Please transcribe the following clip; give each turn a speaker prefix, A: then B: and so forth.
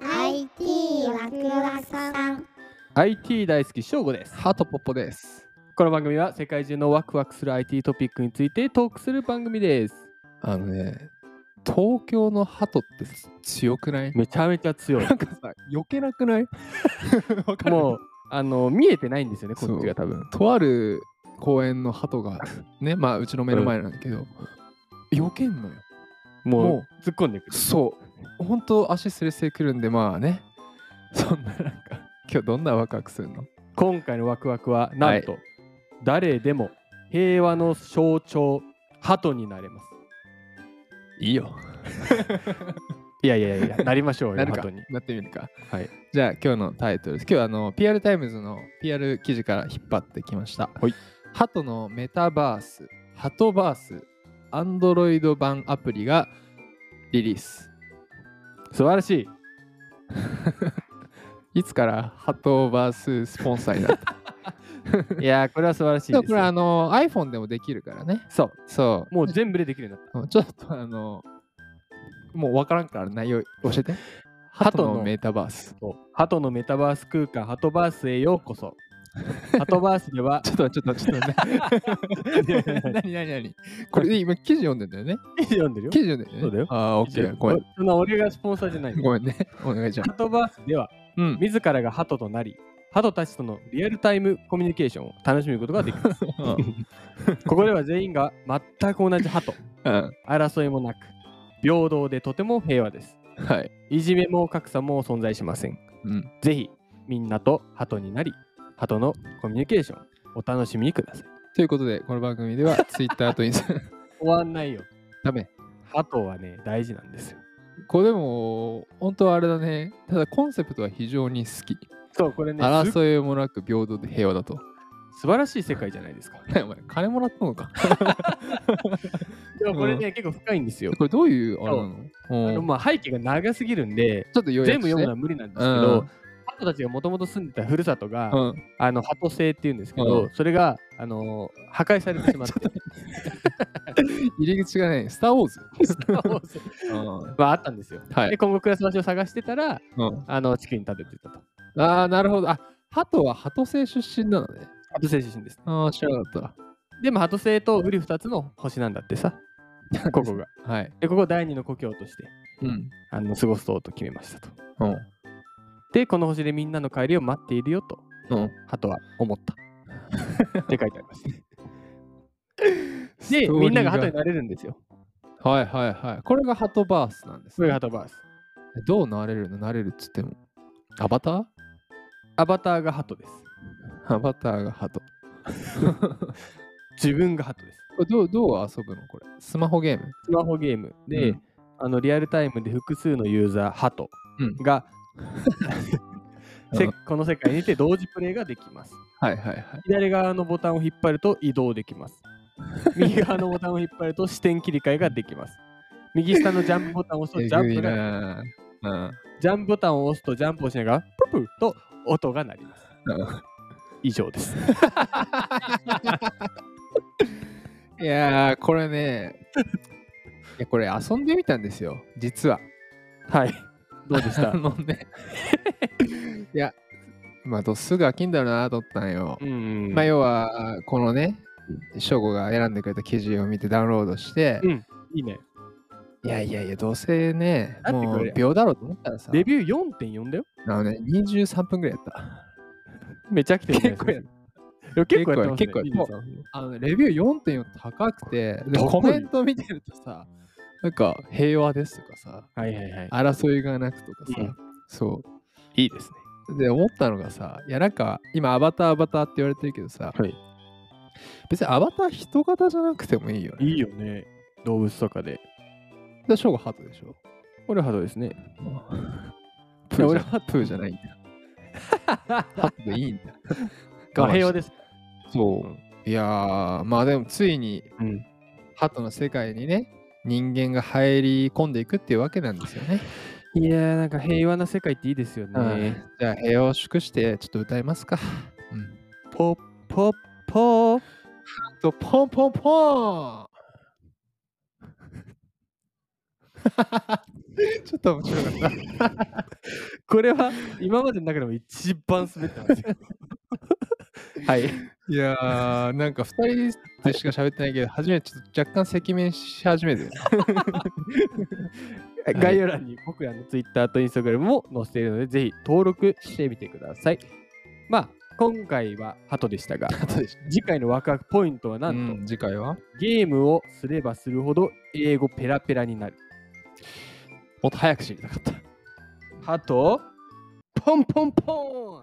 A: IT ワクワクさん
B: IT 大好き翔吾です
C: ハートポッポです。
B: この番組は世界中のワクワクする IT トピックについてトークする番組です
C: あのね、東京の鳩って強くない
B: めちゃめちゃ強 い
C: なんかさ、避けなくない わかる
B: もうあの見えてないんですよねこ
C: そう
B: っちが多分
C: とある公園の鳩が、ね、まあうちの目の前なんだけど、避けんのよ。
B: もう
C: も
B: 突っ込んでくる
C: そう。ほんと足すれすれくるんで、まあね。そんななんか、今日どんなワクワクするの
B: 今回のワクワクはなんと、誰でも平和の象徴鳩になれます
C: いいよ。
B: いやいやいやいや なりましょう
C: な
B: よ
C: るか
B: 鳩に、
C: なってみるか。
B: はい、
C: じゃあ今日のタイトルです。今日はあの PR タイムズの PR 記事から引っ張ってきました。
B: はい。
C: ハトのメタバース、ハトバース、アンドロイド版アプリがリリース。
B: 素晴らしい
C: いつからハトバーススポンサーになった
B: いやーこれは素晴らしい
C: で
B: で
C: も
B: す
C: これあの iPhone でもできるからね。
B: そ
C: そう
B: もう全部でできるようになっ
C: う。ちょっとあの、もうわからんから内容教えて。
B: た
C: ハトのメタバース。
B: そう鳩のメタバース空間、ハトバースへようこ そ。ハトバースでは
C: ちょっとちょっとちょっとね。 何何何これ今記事読んでんだよね。
B: 読んでるよ
C: 記事読んでんだよね。
B: そうだよ
C: ああ、オッケー。ごめん。
B: そんな俺がスポンサーじゃない。
C: ごめんね。お願いじゃん
B: ハ。トバースでは、
C: うん。
B: 自らがハトとなり、ハトたちとのリアルタイムコミュニケーションを楽しむことができます。ここでは全員が全く同じハト、
C: うん。
B: 争いもなく、平等でとても平和です。
C: はい。
B: いじめも格差も存在しません。
C: うん。
B: ぜひ、みんなとハトになり、ハトのコミュニケーション、お楽しみください。
C: ということで、この番組で は Twitter と Instagram。
B: 終わんないよ。
C: ダメ。
B: ハトはね、大事なんですよ。
C: これでも、本当はあれだね。ただコンセプトは非常に好き。
B: そう、これね、す
C: 争いもなく平等で平和だと。
B: 素晴らしい世界じゃないですか。
C: お前、金もらった のか。
B: でもこれね、結構深いんですよ。
C: これどういう あれなの
B: あ
C: う
B: の
C: ん
B: まあ背景が長すぎるんで、
C: ちょっと要約
B: 全
C: して
B: 部読むのは無理なんですけ
C: う
B: ど
C: ん、
B: ハトたちがもともと住んでたふるさとが、
C: うん。
B: あの、ハト星っていうんですけど、
C: う
B: それが、あのー破壊されてしま って、
C: 入り口が ね、スター・ウォーズ。うん
B: まああったんですよ。
C: はい
B: で、。今後暮らす場所を探してたら、
C: うん
B: あの、地球に建ててたと。
C: ああ、なるほど。あ、ハトはハト星出身なのね。
B: ハト星出身です。
C: ああ、知らなかっ
B: でも、ハト星とウリ二つの星なんだってさ、ここが。
C: た。はい。
B: で、ここを第二の故郷として、
C: うん。
B: あの、過ごそうと決めましたと。
C: うん。
B: で、この星でみんなの帰りを待っているよと、
C: うん。
B: ハトは思った。って書いてあります。
C: ス
B: で、
C: トーリー
B: みんながハトになれるんですよ。
C: はいはいはい。これがハトバースなんです、
B: それがハトバース。
C: どうなれるのなれるっつっても。アバタ
B: アバターがハトです。
C: ーアバターがハト。こ
B: 自分がハトです。
C: れどうどう遊ぶのこれ。スマホゲーム。
B: スマホゲームで、
C: うん
B: あのリアルタイムで複数のユーザー、ハト
C: うん
B: が、せ
C: うん
B: この世界にて同時プレイができます。
C: はいはいはい。
B: 左側のボタンを引っ張ると移動できます。 右側のボタンを引っ張ると視点切り替えができます。右下のジャンプボタンを押すと
C: え
B: ジャ
C: ぐ
B: ン
C: い
B: プが、
C: なぁ。うん
B: ジャンプボタンを押すとジャンプをしながら、プルプルと音が鳴ります。以上です。
C: いやー、これね。いやこれ遊んでみたんですよ、実は。
B: はい。 どうでし
C: あ
B: た
C: のね。いや、まあ、どすぐ飽きんだろうなと思ったんよ。
B: うん
C: まあ、要は、このね、翔吾が選んでくれた記事を見てダウンロードして、
B: いいね。
C: いやいやいや、どうせね、
B: だってこ
C: も
B: れ
C: う秒だろうと思ったらさ、
B: レビュー4.4だよ。
C: あのね、23分ぐらいやった。
B: めちゃくちゃいいね
C: 結構や
B: それ結構やってますね。
C: 結構や
B: いい
C: 結構や
B: ね
C: っあのねレビュー4.4高くて、で
B: 高い
C: コメント見てるとさ、なんか平和ですとかさ、
B: はいはいはい。
C: 争いがなくとかさ、
B: うん
C: そ
B: いいですね。
C: う。で、思ったのがさ、いやなんか今アバターアバターって言われてるけどさ、
B: はい
C: 別にアバター人型じゃなくてもいいよね。
B: いいよね。動物とかで。
C: で、ショーゴハトでしょ。
B: 俺はどうですね。
C: プ
B: いや俺
C: ー俺
B: は
C: はプーじゃないん だ。ハトでいいんだ。
B: まあ平和です。
C: そう
B: うん。
C: いやー、まあでもついに
B: うん。
C: ハトの世界にね、人間が入り込んでいくっていうわけなんですよね。
B: いやー、なんか平和な世界っていいですよね。
C: じゃあ、平和を祝して、ちょっと歌いますか。うん。
B: ポッポッポー。
C: と、ポンポンポーンちょっと面白かった。
B: これは今までの中でも一番滑ってますよ。 はい。
C: いやー、なんか2人でしか喋ってないけど、初めてちょっと若干赤面し始めてる。
B: 概要欄に僕らの Twitter と Instagram も載せているので、ぜひ登録してみてください。まあ、今回はハトでしたが、
C: 後でし
B: 次回のワクワクポイントはなんと、
C: うん次回は
B: ゲームをすればするほど英語ペラペラになる。
C: もっと早く知りたかった。
B: ハト、ポンポンポーン